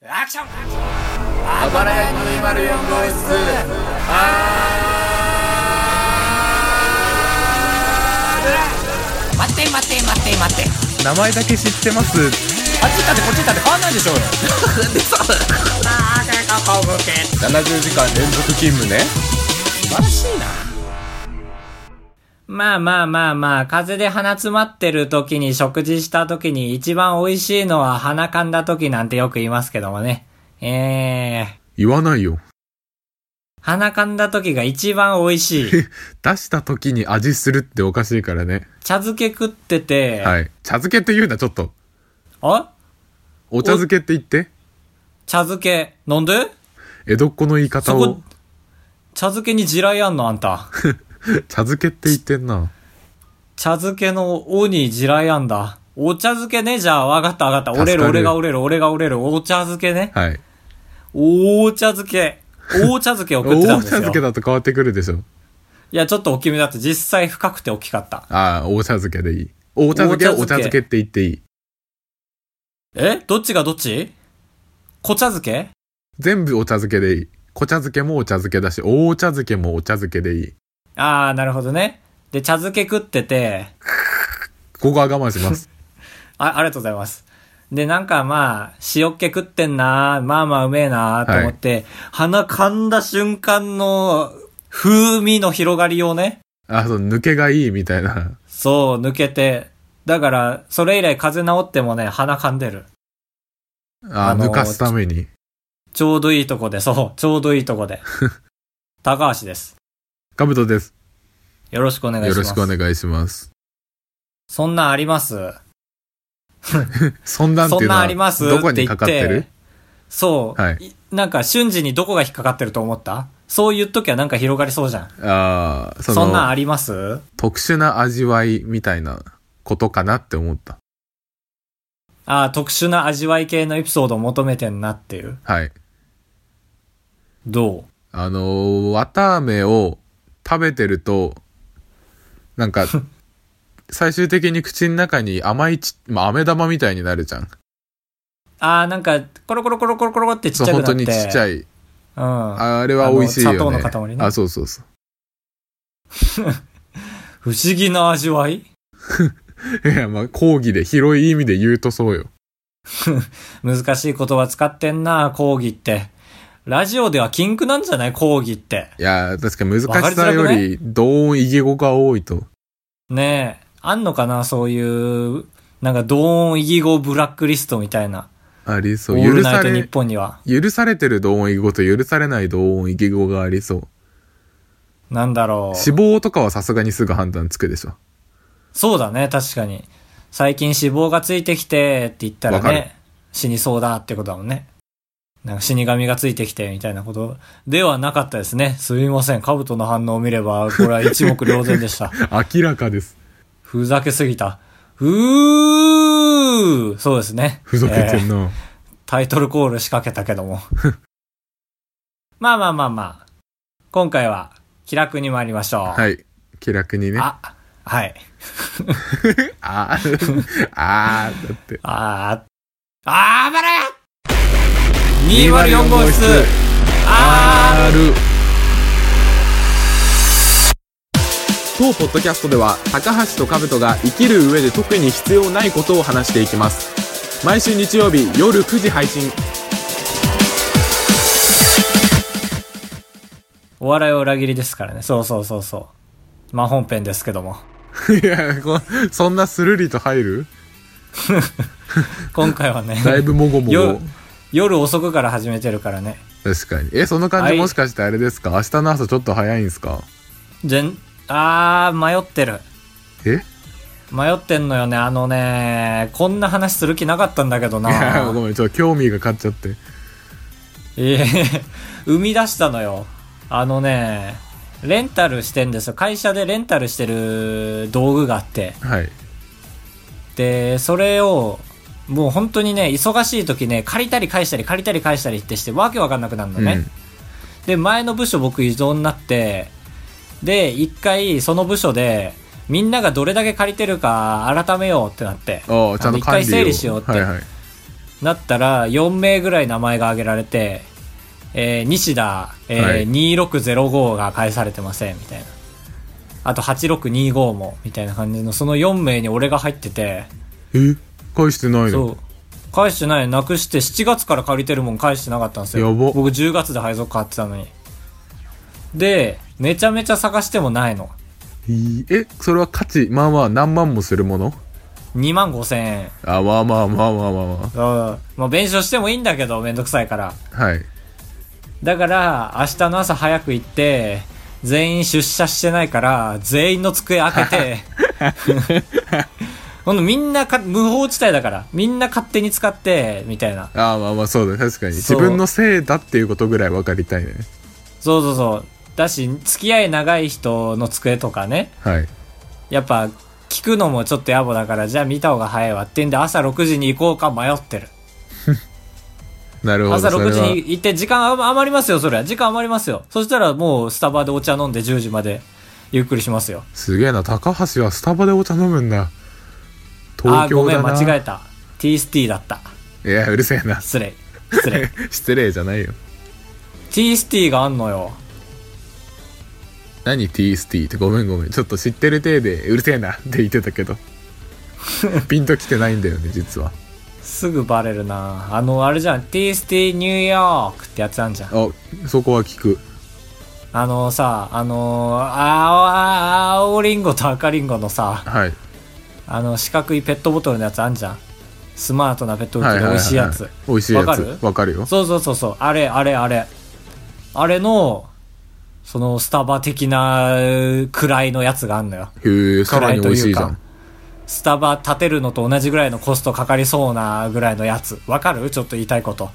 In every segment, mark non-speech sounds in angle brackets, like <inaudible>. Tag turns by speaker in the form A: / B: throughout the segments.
A: アクション
B: あばらや204号室
A: 待って待って待って待って
C: 名前だけ知ってます
A: あっち行ったってこっち行ったって変わんないでしょうよああ結構向け
C: 70時間連続勤務ね
A: 素晴らしいなまあまあまあまあ、風邪で鼻詰まってる時に食事した時に一番美味しいのは鼻噛んだ時なんてよく言いますけどもね。えー、
C: 言わないよ
A: 鼻噛んだ時が一番美味
C: <laughs>
A: しい。
C: 出した時に味するっておかしいからね
A: 茶漬け食ってて、
C: はい茶漬けって言うなちょっと
A: あ
C: お茶漬けって言って
A: 茶漬け、なんで
C: 江戸っ子の言い
A: そ
C: 方
A: こ
C: を、
A: 茶漬けに地雷あんのあんた。
C: 茶漬けって言ってんな
A: 茶漬けの「お」に地雷あんだ。お茶漬けね、じゃあ、わかったわかっ
C: 助
A: た。
C: か
A: 折れ
C: る
A: る、俺が折れる、俺が折れる。お茶漬けね。
C: はい
A: お茶漬け。お茶漬けを食っ
C: 大
A: て
C: 茶
A: たん
C: <laughs>
A: ですよ
C: 漬。けだと変わってくるでしょ
A: いや、ちょっと大きめだって、実際深くて大きかった。
C: ああ大茶漬けでいい大茶漬けはお茶漬けって言っていい
A: えどっちがどっち小茶漬け
C: 全部お茶漬けでいい小茶漬けもお茶漬けだし大茶漬けもお茶漬けでいい
A: あー、なるほどね。で、茶漬け食ってて、
C: ここは我慢します
A: あ、ありがとうございます。で、なんかまあ、塩っ気食ってんなまあまあうめえなと思って、鼻噛んだ瞬間の風味の広がりをね、
C: あそう抜けがいいみたいな
A: そう、抜けて。だから、それ以来風邪治ってもね、鼻噛んでる。
C: あ、
A: <laughs> あのー
C: 抜かすために
A: ちょうどいいとこで、そう、ちょうどいいと
C: <laughs>
A: こで。高橋です。
C: カブトです
A: よろしくお願いし
C: よ
A: ます。
C: ろしくお願いします
A: そんなんあります
C: そんなんって
A: そ
C: い
A: ん
C: うの
A: なん
C: は
A: あります
C: どこ
A: って
C: に
A: 言
C: か
A: っ
C: かってる
A: て、そう、
C: はい
A: いなんか瞬時にどこが引っかかってると思ったそう言っときゃなんか広がりそうじゃん。
C: ああそ
A: そ
C: の
A: んなんあります
C: 特殊な味わいみたいなことかなって思った
A: ああ、特殊な味わい系のエピソードを求めてんなっていう。
C: はい
A: ど
C: あのー、綿あめを食べてると、なん
A: <laughs>
C: か、最終的に口の中に甘いち、まあ、飴玉みたいになるじゃん。
A: うああ、なんか、コロコロコロコロコロってち
C: そう、
A: っちゃくな
C: 本
A: って。
C: 当にちっちゃい。
A: うん。
C: あれは美味しいよね。
A: あの砂糖の塊ね
C: あ、そうそうそう。
A: 不思議な味わい
C: いや、まあ、講義で、広い意味で言うとそうよ。
A: 難しい言葉使ってんな、講義って。ラジオでは禁句なんじゃない講義って。
C: いや、確かに
A: わか
C: 難
A: り
C: し
A: づら
C: さ
A: く
C: よ
A: ない
C: り、同音異義語が多いと。
A: ねえ。あんのかなそういう、なんか、同音異義語ブラックリストみたいな。
C: ありそ
A: オ
C: う。
A: ール
C: 許
A: ナイ
C: さ
A: ト日
C: れ、
A: 本には。
C: 許されてる同音異義語と許されない同音異義語がありそう。
A: なんだろ
C: 死
A: う。
C: 亡とかはさすがにすぐ判断つくでしょ。
A: そうだね、確かに。最近脂肪がついてきてって言ったら
C: わかる
A: ね、死にそうだってことだもんね。なんか死神がついてきてみたいなことではなかったですね。すみません。カブトの反応を見れば、これは一目瞭然で
C: <laughs>
A: した。
C: 明らかです。
A: ふざけすぎた。うーそうですね。
C: ふざけ
A: え
C: てん
A: ー
C: な。
A: タイトルコール仕掛けたけ
C: <laughs>
A: ども。まあまあまあまあ。今回は気楽に参りましょう。
C: はい。気楽にね。あ
A: あ、はい。
C: あー、 <laughs> あーだって。
A: あー、あーばらや !204 号室あ
C: ある。当ポッドキャストでは、高橋と兜が生きる上で特に必要ないことを話していきます。毎週日曜日夜9時配信。
A: お笑いは裏切りですからね。そうそうそうそう。まあ本編ですけども。
C: いや、こそんなスルリと入る
A: 今回はね、
C: <laughs> だいぶもごも
A: 夜
C: ご。、
A: 夜遅くから始めてるからね。
C: 確かに。え、その感
A: は
C: じ
A: い
C: もしかしてあれですか明日の朝ちょっと早いんすか
A: ぜん、あー、迷ってる。
C: え
A: 迷ってんのよね。あのね、こんな話する気なかったんだけど
C: いや、
A: な。
C: ごめん、ちょっと興味が勝っちゃって。
A: ええ生み出したのよ。あのね、レンタルしてんですよ。会社でレンタルしてる道具があって。
C: はい。
A: でそれをもう本当にね忙しい時ね借りたり返したり借りたり返したりってしてわけわかんなくなるのね、で前の部署僕依存になってで一回その部署でみんながどれだけ借りてるか改めようってなって
C: ああ、ちゃんと
A: 一
C: 管理を
A: 回整理しようって、
C: はいはい。
A: なったら4名ぐらい名前が挙げられて、えー西田、えー
C: はい
A: 2605が返されてませんみたいなあと8625もみたいな感じのその4名に俺が入ってて
C: え返してないの
A: そう返してないなくして7月から借りてるもん返してなかったんですよ
C: やば
A: 僕10月で配属買ってたのにでめちゃめちゃ探してもないの
C: いいえそれは価値まあまあ何万もするもの
A: 2万5000円
C: あまあまあまあまあまあま
A: うんまあ弁償してもいいんだけどめんどくさいから
C: あはい
A: だから明日の朝早く行って全員出社してないから全員の机開け
C: <laughs>
A: てほんとみんなか無法地帯だからみんな勝手に使ってみたいな
C: あまあまあそうだ確かに自
A: そう
C: 分のせいだっていうことぐらい分かりたいね
A: そうそうそうだし付き合い長い人の机とかね
C: はい
A: やっぱ聞くのもちょっと野暮だからじゃあ見た方が早いわってんで朝6時に行こうか迷ってる
C: なるほど
A: 朝
C: それ
A: 6時
C: は
A: に行って時間余余りますよそれは時間余りますよそしたらもうスタバでお茶飲んで10時までゆっくりしますよ
C: すげえな高橋はスタバでお茶飲むんだ
A: あ
C: 東
A: ーご
C: 京
A: め
C: だ
A: ん
C: な
A: 間違えた TST だった
C: えいやうるせえな <laughs>
A: 失礼失礼
C: 失礼じゃないよ
A: TST があんのよ
C: 何 TST ってごめんごめんちょっと知ってる体でうるせえなって言ってたけ
A: <laughs>
C: どピンときてないんだよね実は
A: すぐバレるなあのあれじゃん TST ニューヨークってやつあんじゃん
C: あそこは聞く
A: あのさあのーあ青リンゴと赤リンゴのさ
C: はい
A: あの四角いペットボトルのやつあんじゃんスマートなペットボト
C: は
A: ルで
C: は
A: 美
C: は
A: 味しいやつ
C: 美味しいや
A: わか
C: つ
A: る
C: わかるよ
A: そうそうそうそうあれあれあれあれのそのスタバ的な位のやつがあんのよ
C: へえさらに美味しいじゃ
A: 暗い
C: ん
A: スタバ立てるのと同じぐらいのコストかかりそうなぐらいのやつ。わかるちょっと言いたいこと。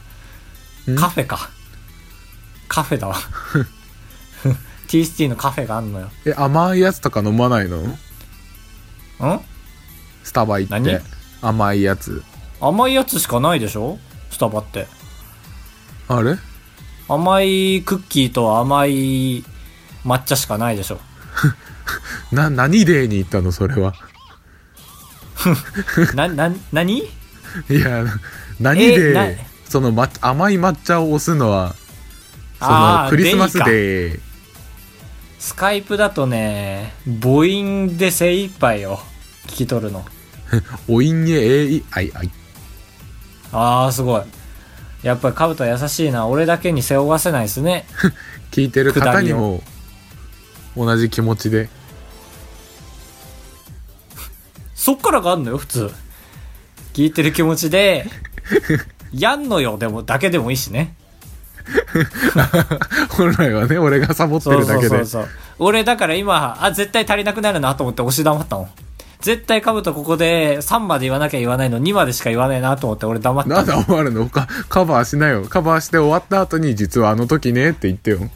A: カフェか。カフ
C: <laughs>
A: ェだわ。TST のカフェがあんのよ。
C: え甘いやつとか飲まないの
A: ん
C: スタバ行っ
A: 何
C: て甘いやつ
A: 甘いやつしかないでしょスタバって。
C: あれ
A: 甘いクッキーと甘い抹茶しかない
C: <laughs>
A: でしょ
C: な何デーに行ったのそれは <laughs>
A: な、な、
C: <laughs>
A: なに
C: いや何
A: え
C: デー
A: な
C: その、ま、甘い抹茶を押すのはその
A: あー
C: クリスマス
A: デイか
C: デー
A: スカイプだとね、母音で精一杯を聞き取るの。
C: おいんええいあいあい
A: あーすごいやっぱりカブトは優しいな俺だけに背負わせないで
C: <laughs>
A: すね
C: 聞いてる方にも同じ気持ちで <laughs>
A: そっからがあんのよ普通聞いてる気持ちで
C: <laughs>
A: やんのよでもだけでもいいしね
C: 本来はね俺がサボって
A: そう
C: る
A: そ
C: だ
A: う
C: け
A: そ
C: で
A: うそう俺だから今あ絶対足りなくなるなと思って押し黙ったもん絶対カブトここで3まで言わなきゃ言わないの2までしか言わないなと思って俺黙った
C: なんで終わるのかカバーしなよカバーして終わった後に実はあの時ねって言ってよ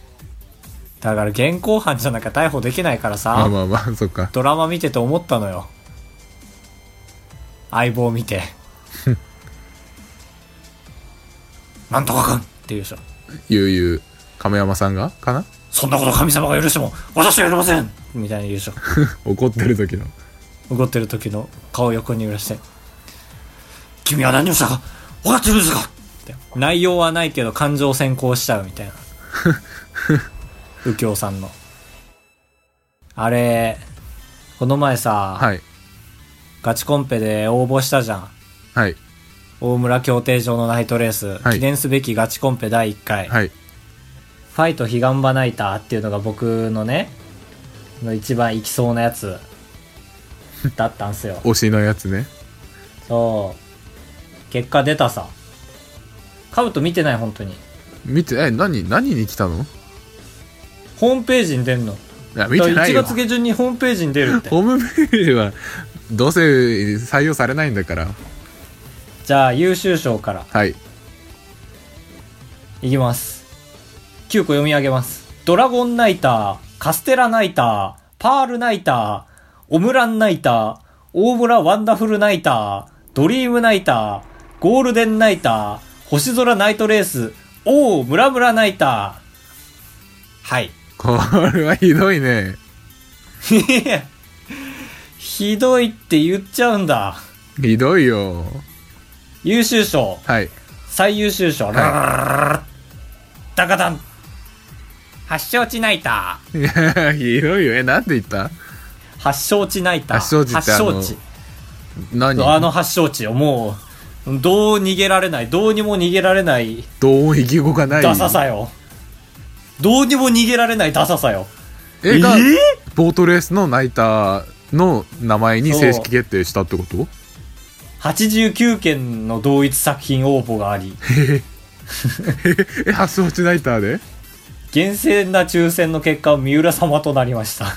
A: だから現行犯じゃなきゃ逮捕できないから
C: まあ
A: さ
C: まあまあそっか
A: ドラマ見てて思ったのよ相棒 <laughs> 見てなんとかくんって言うでしょ
C: ゆうゆう亀山さんがかな <laughs>
A: そんなこと神様が許しても私は許りませんみたいに言うでしょ
C: 怒ってる時の
A: 怒ってる時の顔を横に揺らして君は何をしたか分かってるんですかって内容はないけど感情先行しちゃうみた
C: <laughs>
A: いな右京さんのあれこの前さ、
C: はい
A: ガチコンペで応募したじゃん
C: はい
A: 大村競艇場のナイトレース、
C: はい
A: 記念すべきガチコンペ第1回、
C: はい
A: ファイトヒガンバナイターっていうのが僕のねの一番行きそうなやつだったんすよ
C: 推しのやつね
A: そう結果出たさカブト見てない本当に
C: 見てえ何何に来たの
A: ホームページに出るの
C: いや見てない
A: だ
C: よ
A: から1月下旬にホームページに出
C: <laughs>
A: るって
C: ホームページはどうせ採用されないんだから
A: じゃあ優秀賞から
C: はい
A: いきます。9個読み上げます。ドラゴンナイター、カステラナイター、パールナイター、オムランナイター、大村ワンダフルナイター、ドリームナイター、ゴールデンナイター、星空ナイトレース、おー、ムラムラナイター。はい。
C: これはひどいね
A: ひどいって言っちゃうんだ。
C: ひどいよ
A: 優秀賞、
C: はい。
A: 最優秀賞、
C: は
A: ダカダン発祥地ナイター
C: い。いや、ひどいよ。え、なんで言った
A: 発祥地ナイター
C: 発祥地ってあの
A: 発祥地
C: 何
A: あの発祥地をもうどう逃げられないどうにも逃げられない
C: 同音異義語がない。
A: ダサさよ、どうにも逃げられないダサさよ
C: 映画、
A: え
C: ボートレースのナイターの名前に正式決定したってこと <laughs>
A: 89件の同一作品応募があり
C: え、発想地ナイターで
A: 厳正な抽選の結果三浦様となりました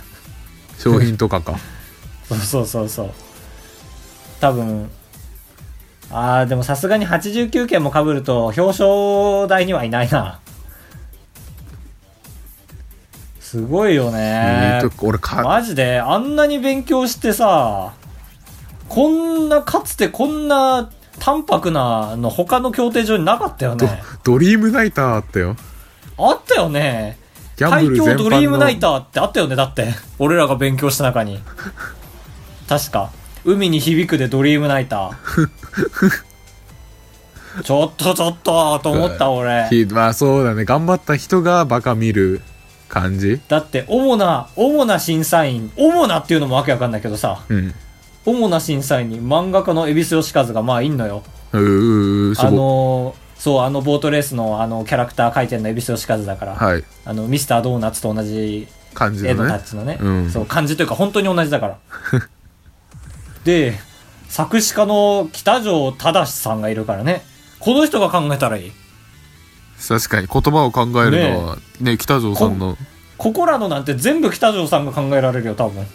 C: 商品とかか。
A: そう <laughs> そうそうそう多分あーでもさすがに89件もかぶると表彰台にはいないなすごいよ
C: え
A: ね
C: ーと俺か、
A: マジであんなに勉強してさこんなかつてこんな淡白なの他の競艇場になかったよ
C: ド
A: ね
C: ドリームナイターあったよ。
A: あったよね
C: ギャンブ
A: 海
C: ル全
A: 峡
C: 般の
A: ドリームナイターってあったよねだって <laughs> 俺らが勉強した中に確か海に響くでドリームナイ
C: <laughs>
A: ターちょっとちょっとと思った俺
C: ひまあそうだね頑張った人がバカ見る感じ
A: だって主な主な審査員主なっていうのもわけわかんないけどさ
C: うん
A: 主な審査員に漫画家の蛭子義和がまあいんのよ
C: うーうーす
A: あ
C: ごい
A: のーそうあのボートレースのあのキャラクター描いてるの蛭子義和だから、
C: はい
A: あのミスタードーナツと同じ
C: 感じ
A: 絵
C: の
A: のタ
C: ね
A: ッチのね、
C: うん
A: そう感じというか本当に同じだから
C: <laughs>
A: で作詞家の北条忠さんがいるからねこの人が考えたらいい
C: 確かに言葉を考えるのはね北条さんの
A: ここらのなんて全部北条さんが考えられるよ多分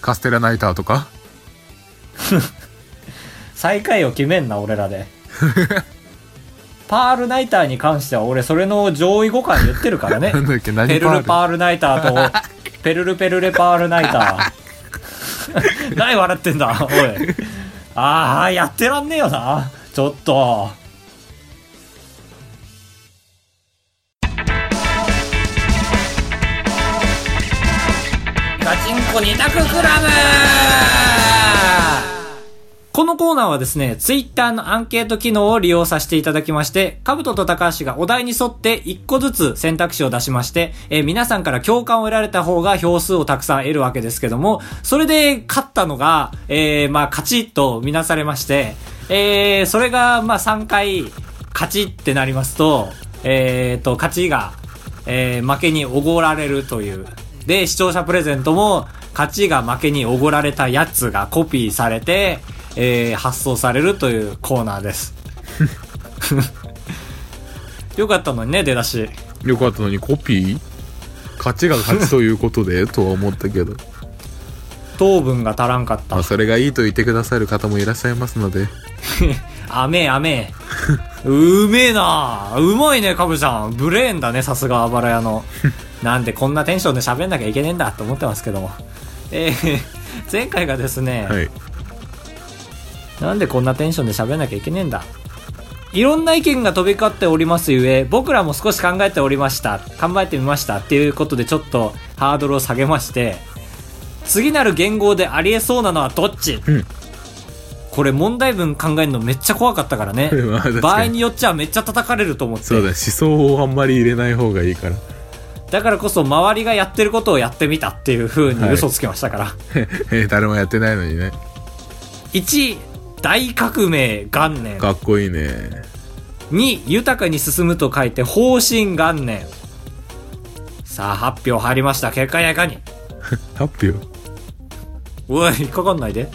C: カステラナイターとか
A: 最下位を決めんな
C: <laughs>
A: 俺らでパールナイターに関しては俺それの上位互換言ってるか
C: <laughs>
A: らね
C: なんだっけ何
A: ペル
C: パ
A: ル
C: ー
A: パールナイタ
C: <laughs>
A: ーとペルルペルレパールナイター <laughs> 何笑ってんだおいああやってらんねえよなちょっとガチンコ二択クラブこのコーナーはですね、ツイッターのアンケート機能を利用させていただきまして、カブトと高橋がお題に沿って1個ずつ選択肢を出しまして、えー皆さんから共感を得られた方が票数をたくさん得るわけですけども、それで勝ったのが、えーまあ、カチッとみなされまして、えーそれが、まあ、3回、勝ちってなりますと、えーと、勝ちが、えー負けにおごられるという。で、視聴者プレゼントも、勝ちが負けにおごられたやつがコピーされて、えー発送されるというコーナーです。 <laughs> よかったのにね、出だし。
C: ルよかったのにコピー勝ちが勝ちということ
A: <laughs>
C: でとは思ったけど、
A: 糖分が足らんかった
C: まあ、。
A: <laughs>
C: それがいいと言ってくださる方もいらっしゃいますので
A: 甘え甘え。うめえなうまいね、カブちゃん。ブレーンだね、さすがあばら屋の。なんでこんなテンションで喋んなきゃいけねえんだと思ってますけども。えー前回がですね、
C: はい
A: なんでこんなテンションで喋んなきゃいけねえんだいろんな意見が飛び交っておりますゆえ、僕らも少し考えておりました。考えてみました。っていうことでちょっとハードルを下げまして、次なる言語でありえそうなのはどっち、
C: うん。
A: これ問題文考えるのめっちゃ怖かったから
C: <laughs>
A: ね
C: まあ確
A: 場
C: か
A: 合
C: に
A: によっちゃめっちゃ叩かれると思って。
C: そうだ思想をあんまり入れない方がいいから
A: だからこそ周りがやってることをやってみたっていう風に嘘つきましたから。
C: え <laughs> 誰もやってないのにね
A: 1、大革命元年。
C: かっこいいね
A: 2豊かに進むと書いて方針元年さあ発表入りました結果やいかに
C: ハッピーよ
A: おい引っかかんないで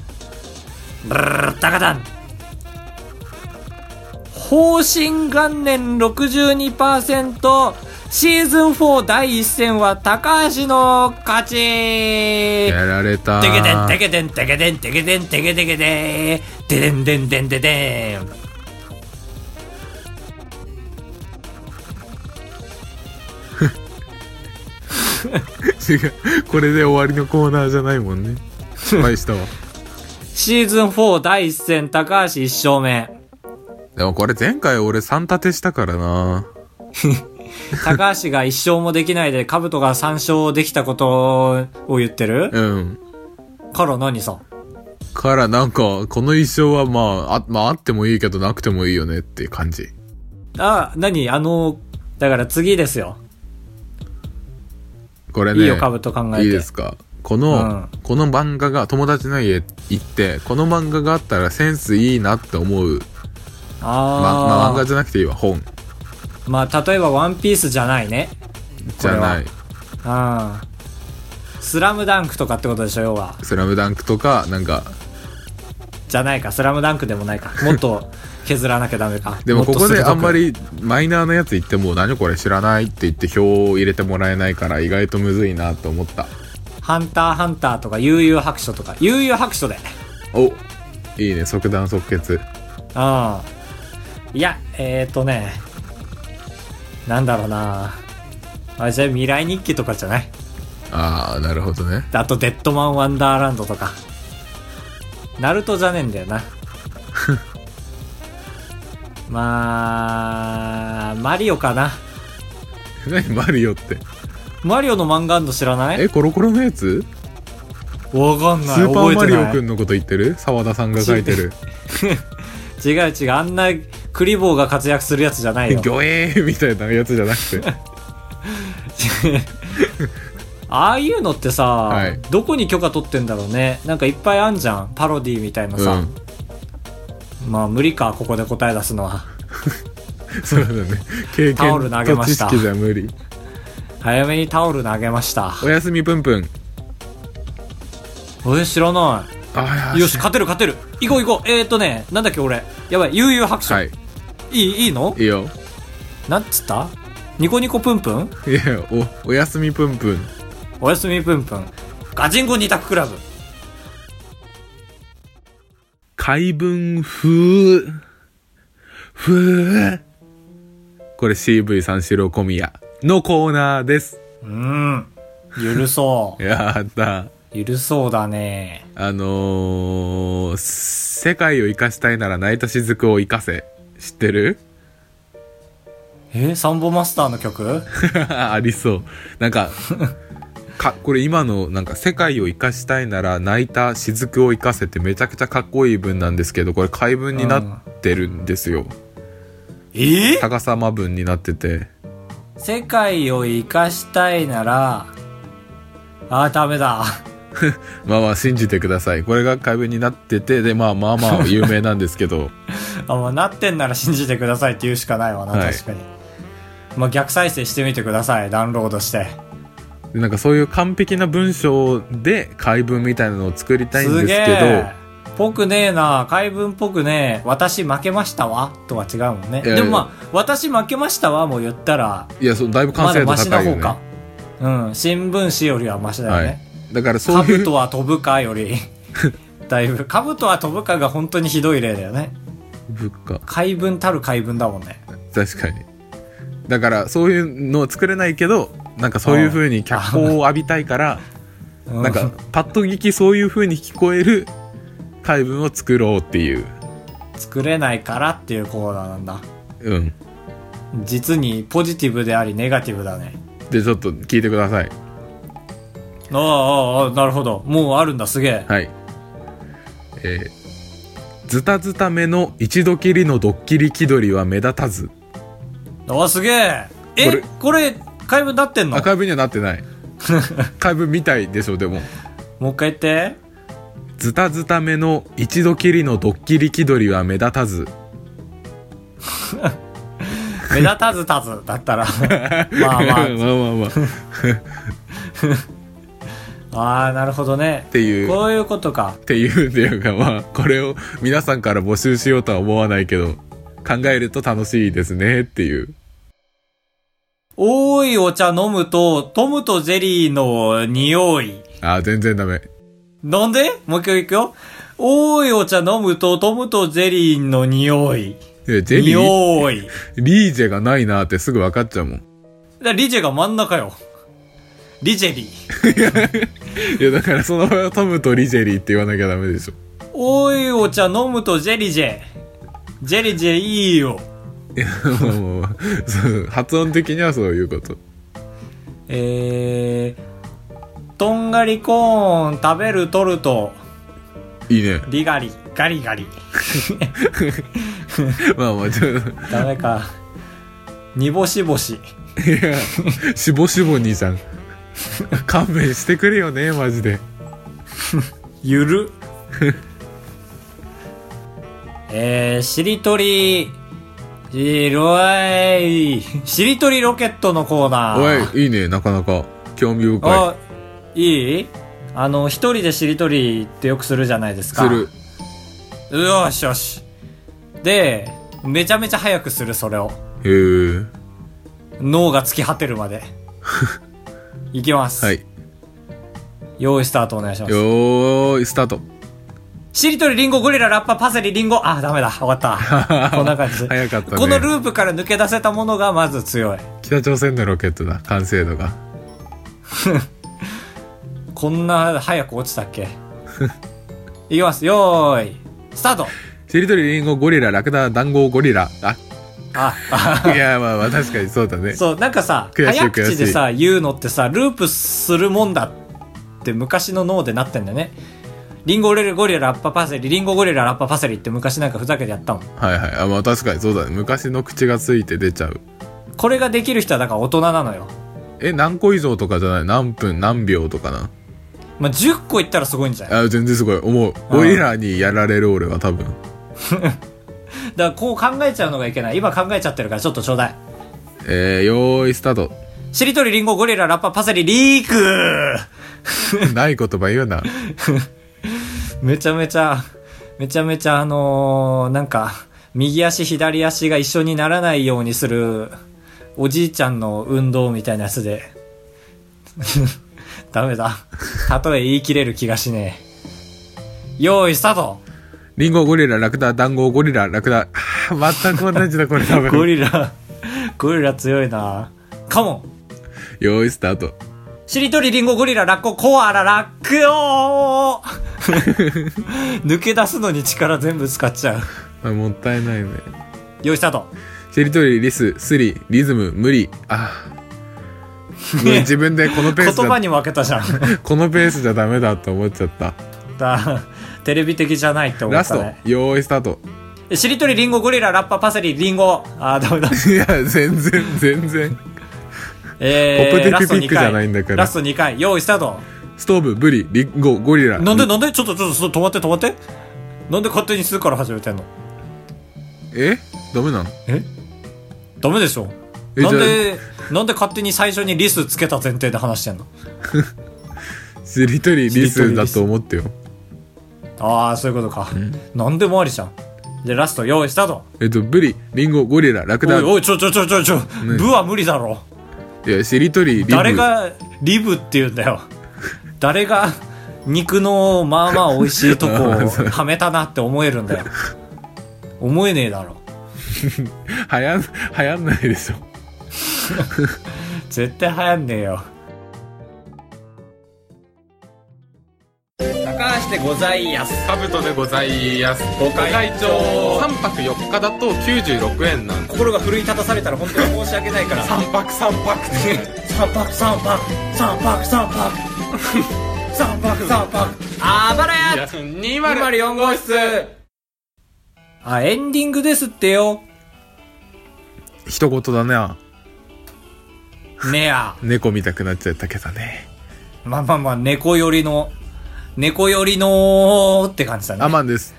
A: ブルルルルダカダン方針元年62%シーズン4第1戦は高橋の勝ち
C: やられた
A: テケデンテケデンテケデンテケデンテケデケデーデデンデンデンデデン
C: 違う <laughs> これで終わりのコーナーじゃないもんね失敗したわ <laughs>
A: シーズン4第1戦高橋1勝目
C: でもこれ前回俺3立てしたからな
A: 高橋が一勝もできないで、兜が三勝できたことを言ってる
C: うん
A: から何さ。
C: からなんか、この一生はまあ、あ、まああってもいいけどなくてもいいよねって感じ。
A: あ、何あの、だから次ですよ。
C: これね。
A: いいよ、株と考えて。
C: いいですかこの、
A: う
C: この漫画が友達の家行ってこの漫画があったらセンスいいなって思う、ままあ、
A: あ
C: 漫
A: ー
C: 画じゃなくていいわ本
A: まあ、例えばワンピースじゃないね。
C: じゃない
A: うん。スラムダンクとかってことでしょ、要は。
C: 「スラムダンクとかなんか
A: じゃないか、スラムダンクでもな
C: <laughs>
A: いか。もっと削らなきゃダメか。
C: でも
A: っと
C: ここで
A: 鋭く
C: あんま。りマイナーなやつ行っても「何これ知らない」って言って票を入れてもらえないから意外とむずいなと思った
A: ハンターハンターとか、悠々白書とか、悠々白書で。
C: おいいね即断即決
A: うん。いや、えっ、ー、とね、なんだろうなあ、じゃあ未来日記とかじゃない
C: ああなるほどね <laughs>
A: あと、デッドマン・ワンダーランドとか。ナルトじゃねえんだよな。 <laughs> まあ、マリオかな。
C: 何マリオって
A: マリオの漫画あんの知らない
C: えコロコロのやつ
A: わかん
C: ス
A: ない。
C: ーパーマリオ
A: 覚え
C: く
A: て
C: んのこと言ってる澤田さんが書い
A: <laughs>
C: てる
A: ない違う違う、あんなクリボーが活躍するやつじゃないよ。
C: 魚影みたいなやつじゃな
A: <laughs>
C: くて
A: <laughs> ああいうのってさ、
C: い
A: どこに許可取ってんだろうね。なんかいっぱいあんじゃん。パロディみたいなさ。
C: うん
A: まあ無理か、ここで答え出すのは。
C: そうだね。経
A: タオル
C: 験
A: 投げ
C: と
A: ま
C: 知
A: した
C: 識じゃ無理。
A: 早めにタオル投げました。
C: おやすみぷんぷん。
A: え、知らな
C: あ
A: い。よし、勝てる勝てる。行こう行こう。えー、っとね、なんだっけ俺。やばい、悠々白書。、
C: はいい。
A: いいいの
C: いいよ。
A: なんつったニコニコプンプン
C: いや、お、おやすみぷんぷん。
A: おやすみプンプン。ガチンコ二択クラブ。
C: 海文風。風。これ CV 三四郎小宮のコーナーです。
A: うーん。ゆるそ
C: <laughs> やった。
A: う。ゆるそうだね。
C: あのー、世界を生かしたいなら泣いた雫を生かせ。知ってる <laughs>
A: え、サンボマスターの曲
C: ありそう。なんか、か、これ今のなんか世界を生かしたいなら泣いた雫を生かせってめちゃくちゃかっこいい文なんですけど、これ怪文になってるんですよ。
A: え
C: 高さま文になってて。
A: 世界を生かしたいなら、あー、ダメだ。 <laughs>
C: まあまあ信じてください。これが怪文になってて、で、まあまあまあ
A: <laughs>
C: 有名なんですけど、
A: あ、まあ、なってんなら信じてくださいって言うしかないわな、
C: はい
A: 確かに。まあ、逆再生してみてください、ダウンロードして。
C: でなんかそういう完璧な文章で怪文みたいなのを作りたいん
A: す
C: です
A: げ
C: け
A: え。ぽくねえな、怪文っぽくねえ、私負けましたわとは違うもんね。
C: いや
A: でもまあ、私負けましたわも言ったら、
C: ど、いや、そうだいぶ
A: ま
C: 完
A: だ
C: 成度
A: マシな
C: 高いよ
A: 方
C: ね。
A: か。うん、新聞紙よりはマシだよ
C: は
A: ね。
C: い。だからそういう
A: 兜は飛ぶかよりだいぶ兜は飛ぶかが本当にひどい例だよね
C: ぶっか
A: 怪文たる怪文だもんね
C: <laughs> 確かにだからそういうのを作れないけどなんかそういう風に脚光を浴びたいから
A: う
C: なんかパッと聞きそういう風に聞こえる回文を作ろうっていう
A: 作れないからっていうコーナーなんだ
C: うん
A: 実にポジティブでありネガティブだね
C: でちょっと聞いてください
A: ああああなるほどもうあるんだすげえ
C: はいえーズタズタ目の一度きりのドッキリ気取りは目立たず
A: ああすげええ
C: こ
A: これ
C: れ
A: 怪文なってんの
C: あ回文にはなって
A: <laughs>
C: ない回文みたいでしょでも
A: もう一回言って
C: ズタズタ目の一度きりのドッキリ気取りは目立たず
A: 目立たずたず
C: <laughs>
A: だったらまあま
C: まあまあまあ
A: あああなるほどね
C: っていう
A: こういうことか
C: っていうんだよが、まあ、これを皆さんから募集しようとは思わないけど、考えると楽しいですねっていう。
A: 多いお茶飲むとトムとジェリーの匂い
C: ああ、全然ダメ。
A: なんでもう一回行くよ。多いお茶飲むとトムとジェリーの匂い。
C: えジェリー、
A: 匂い。
C: リージェがないなってすぐ分かっちゃうもん。
A: だリジェが真ん中よ。リジェリー。
C: いや、だからその場合はトムとリジェリーって言わなきゃダメでしょ。 <laughs>
A: 多いお茶飲むとジェリジェ。ジェリジェいいよ。
C: いや、もうもう、そう発音的にはそういうこと。
A: えー、とんがりコーン食べるトルト。
C: いいね
A: リガリガリガリ <laughs>
C: まあまあちょっと
A: ダメか煮干し干し
C: いやしぼしぼ兄さん勘弁してくれよねマジで
A: ゆる <laughs> えー、しりとり白いしりとりロケットのコーナー
C: おいいいねなかなか興味深
A: あ、いいあの、一人でしりとりってよくするじゃないです
C: い
A: か。
C: する。
A: よしよし。で、めちゃめちゃ早くする、それを。
C: へえ
A: 脳が突き果てるま
C: <laughs>
A: で。いきます。
C: はい
A: 用意スタートお願いします。
C: よーいスタート
A: しりとり、りんご、ゴリラ、ラッパ、パセリ、りんご。あ、ダメだ。
C: <laughs>
A: わかった。こんな感じ。
C: 早かったね
A: このループから抜け出せたものがまず強い。
C: 北朝鮮のロケットだ完成度が
A: こんな早く落ちたっ
C: <laughs>
A: けいきます。よーい。スタート
C: しりとりりんごゴリララクダ団子ゴリラあ
A: あ、あ、
C: いやまあまあ確かにそうだね
A: そう、なんかさ、
C: 悔しい
A: 早口でさ、言うのってさ、ループするもんだって昔の脳でなってんだよね。リンゴレルゴリララッパパセリ、リンゴゴリララッパパセリって昔なんかふざけてやったもん。
C: はいはいあまあ確かにそうだね昔の口がついて出ちゃう
A: これができる人はだから大人なのよ。
C: え何個以上とかじゃない何分何秒とかな
A: まあ、10個いったらすごいんじゃない
C: あ全然すごい思うゴリラにやられる俺は多分
A: だからこう考えちゃうのがいけない。今考えちゃってるからちょっとちょうだい。
C: えー、よーいスタート <laughs>
A: しりとりリンゴゴリララッパパセリリーク
C: ない言葉言うな
A: めちゃめちゃ、めちゃめちゃあのー、なんか、右足左足が一緒にならないようにする、おじいちゃんの運動みたいなやつで。 <laughs> ダメだ。たとえ言い切れる気がしねえ。用意スタート
C: リンゴゴリララクダ団子ゴリララクダ <laughs> あー全く同じだこれ多
A: ゴ
C: 分
A: リラ、ゴリラ強いな。カモン
C: よーいスタート
A: しりとりりんごゴリララッココアララックオー <laughs> 抜け出すのに力全部使っちゃう。
C: あもったいないね
A: 用意スタート
C: しりとりリススリリズム無理あ
A: <laughs>
C: ーもう自分でこのペー
A: 言
C: スじ
A: 葉
C: ゃ
A: に負けたじゃん。
C: このペースじゃダメだと思っちゃった
A: だ <laughs> テレビ的じゃないって思
C: ラ
A: っ
C: スト
A: たね
C: よーいスタート
A: えしりとりりんごゴリララッパパセリりんごあーダメだ
C: いや全然全然
A: え
C: ポップテ
A: ー、
C: ピ
A: ラスト
C: ピ
A: 2
C: ックじゃ
A: 回
C: ないんだから
A: ラスト2回用意スタート
C: ストーブブリリンゴゴリラ
A: なんでなんでちょっとちょっと止まって止まってなんで勝手にするから始めてんの
C: えダメなん
A: ダメでしょ
C: え
A: なん
C: じ
A: でなんで勝手に最初にリスつけた前提で話してんの
C: しりとりリスだと思ってよ
A: ああそういうことか、なんでもありじゃんでラスト用意スタート
C: えっとブリリンゴゴリララク
A: お
C: ダ
A: いおいちょちょちょちょちょ、部は無理だろ
C: いやしりとりリブ
A: 誰がリブって言う
C: <laughs>
A: んだよ誰が肉のまあまあ美味しいとこ
C: <laughs> あーそう
A: をはめたなって思えるんだよ思えねえだろ
C: はやん流行んないでしょ
A: 絶対流行んねえよ高橋でございやす
C: カブトでございますご
A: 会長
C: 3泊4日だと96円なん
A: 心が奮い立たされたら本当に申し訳ないから三泊三泊三泊三泊三泊三泊 <laughs> 三泊三泊あばらや
C: 204号室
A: あエンディングですってよ
C: 一言だね
A: ねや
C: 猫見たくなっちゃったけどね
A: まあまあまあ、猫寄りの、猫寄りのーって感じだ
C: ア
A: ね。
C: マンです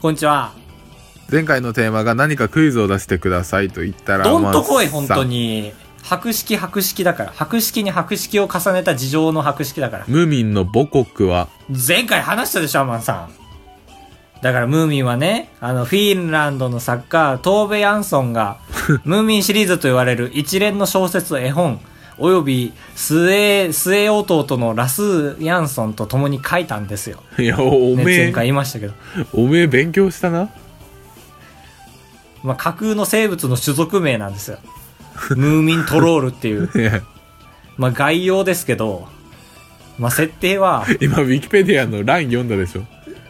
A: こんにちは。
C: 前回のテーマが何かクイズを出してくださいと言ったら
A: どんと
C: こ
A: こい、本当に。白式白式だから。白式に白式を重ねた事情の白式だから。
C: ムーミンの母国は
A: 前回話したでしょ、アマンさん。だから、ムーミンはね、あの、フィンランドの作家、トーベ・ヤンソン
C: <laughs>
A: が、ムーミンシリーズと言われる一連の小説、絵本、および末、末弟のラス・ヤンソンと共に書いたんですよ。
C: いやおめ
A: ね、前
C: え
A: 回言いましたけど。
C: おめえ勉強したな
A: まあ、架空の生物の種族名なんですよ。ムーミントロールっていう。
C: いや
A: まあ、概要ですけど、まあ、設定は、
C: <laughs> 今ウィキペディアの欄読んだでしょ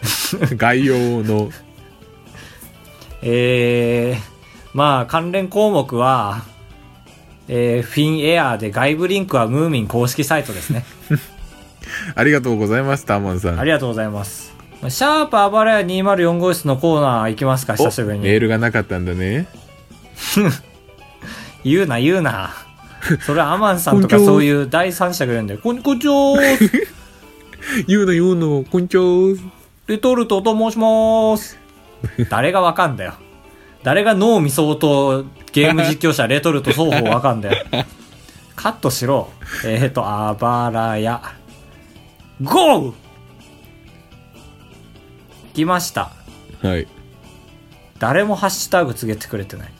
C: <laughs> 概要の
A: えー、まあ、関連項目は、えー、フィンエアーで外部リンクはムーミン公式サイトですね。
C: ありがとうございましたアマンさん
A: ありがとうございます。まあシャープあばらや204号室のコーナー行きますか、久しぶり
C: おメー
A: に。
C: ルがなかったんだね
A: 言うな、言うな。それはアマンさんとか
C: こんちょー
A: そういう第三者が言うんだよ。こんこんちょー
C: 言うの言うのこんにちは
A: レトルトと申します。誰がわかんだよ。誰が脳みそとゲーム実況者、レトルト双方わかんだよ。カットしろ。えっ、ー、と、あばらや。ゴー来ました。
C: はい
A: 誰もハッシュタグ告げてくれてない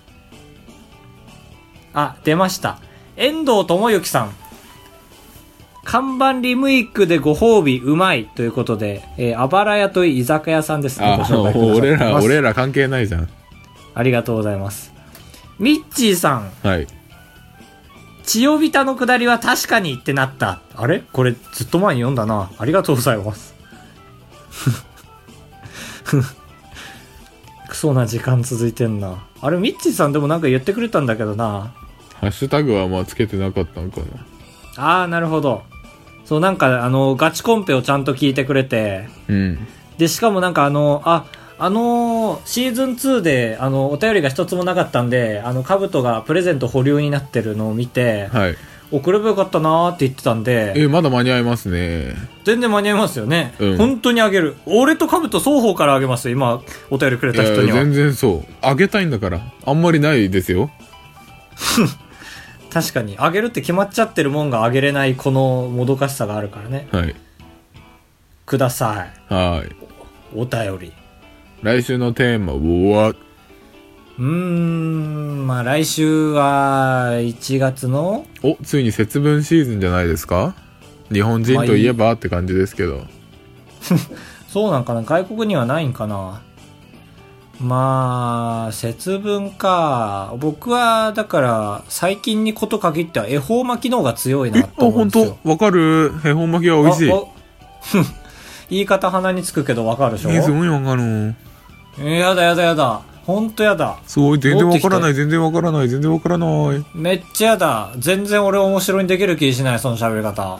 A: あ出ました遠藤智之さん看板リムイクでご褒美うまいということで、えーあばら屋という居酒屋さんですね
C: あ
A: ご紹介く <laughs> ださって
C: 俺
A: ま
C: ら
A: す
C: 俺ら関係ないじゃん
A: ありがとうございますミッチーさん
C: はい
A: 千代びたのくだりは確かにってなったあれこれずっと前に読んだなありがとうございます <laughs> クソな時間続いてんなあれミッチーさんでもなんか言ってくれたんだけどな
C: ハッシュタグはまあつけてなかったのかな
A: ああなるほどそうなんかあのガチコンペをちゃんと聞いてくれて
C: うん
A: でしかもなんかあのああのーシーズン2であのお便りが一つもなかったんであの兜がプレゼント保留になってるのを見て
C: はい
A: 送ればよかったなーって言ってたんで
C: えまだ間に合いますね
A: 全然間に合いますよね、
C: うん
A: 本当にあげる俺と兜双方からあげますよ今お便りくれ
C: い
A: た
C: や
A: 人には
C: 全然そうあげたいんだからあんまりないですよ
A: 確かにあげるって決まっちゃってるもんがあげれないこのもどかしさがあるからね
C: はい
A: ください
C: はい
A: お便り
C: 来週のテーマは
A: うーんまあ来週は1月の
C: おついに節分シーズンじゃないですか日本人といえばって感じですけど
A: そうなんかな外国にはないんかなまあ節分か僕はだから最近にこと限っては恵方巻きの方が強い
C: え
A: な
C: あ
A: と思う
C: 本
A: んですよ
C: 当わかる恵方巻きは美味しい
A: あお <laughs> 言い方鼻につくけどわかるでしょ
C: えすごいわかる
A: えーやだやだやだ。ほんとやだ。
C: すごい全然わからない全然わからない全然わからない
A: めっちゃやだ。全然俺面白いにできる気しない、その喋り方。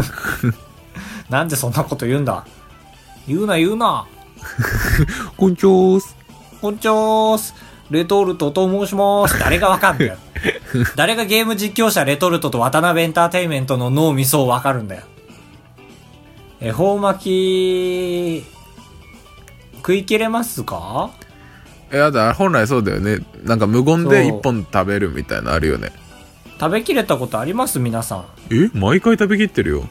A: <laughs> なんでそんなこと言うんだ言うな言うな。
C: こんにちは
A: こんにちはす。レトルトと申します。誰がわかんだよ。誰がゲーム実況者レトルトと渡辺エンターテインメントの脳みそをわかるんだよ。恵方巻き、食い切れますか
C: えやだ本来そうだよねなんか無言で一本食べるみたいなのあるよね
A: 食べきれたことあります皆さん。
C: え毎回食べきってるよ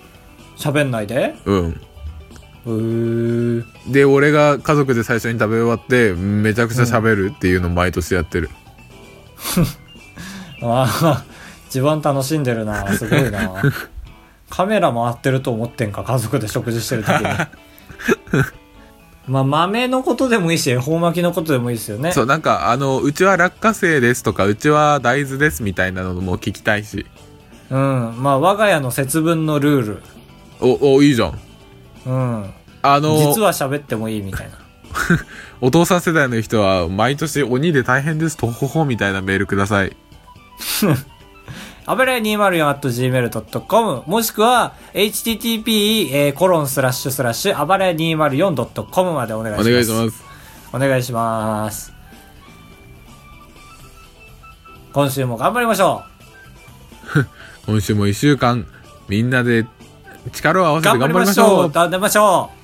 A: 喋んないで
C: うん
A: うー
C: で俺が家族で最初に食べ終わってめちゃくちゃ喋るっていうのを毎年やってる、
A: ああ自分楽しんでるなすごいなカメラ回ってると思ってんか家族で食事してる時にまあ豆のことでもいいし恵方巻きのことでもいいですよね
C: そうなんかあのうちは落花生ですとかうちは大豆ですみたいなのも聞きたいし
A: うんまあ我が家の節分のルール
C: おおいいじゃん
A: うん
C: あの
A: 実は喋ってもいいみたいな
C: お父さん世代の人は毎年鬼で大変ですとほほみたいなメールください
A: あべれ 204.gmail.com もしくは http えーコロンスラッシュスラッシュあばれ 204.com までお願い
C: お
A: します
C: 願いします
A: お願いします今週も頑張りましょ
C: 今週も一週間みんなで力を合わ
A: う
C: せて
A: 頑
C: 頑張りま
A: 張りまし
C: し
A: ょ
C: ょ
A: う
C: う
A: 頑張りましょう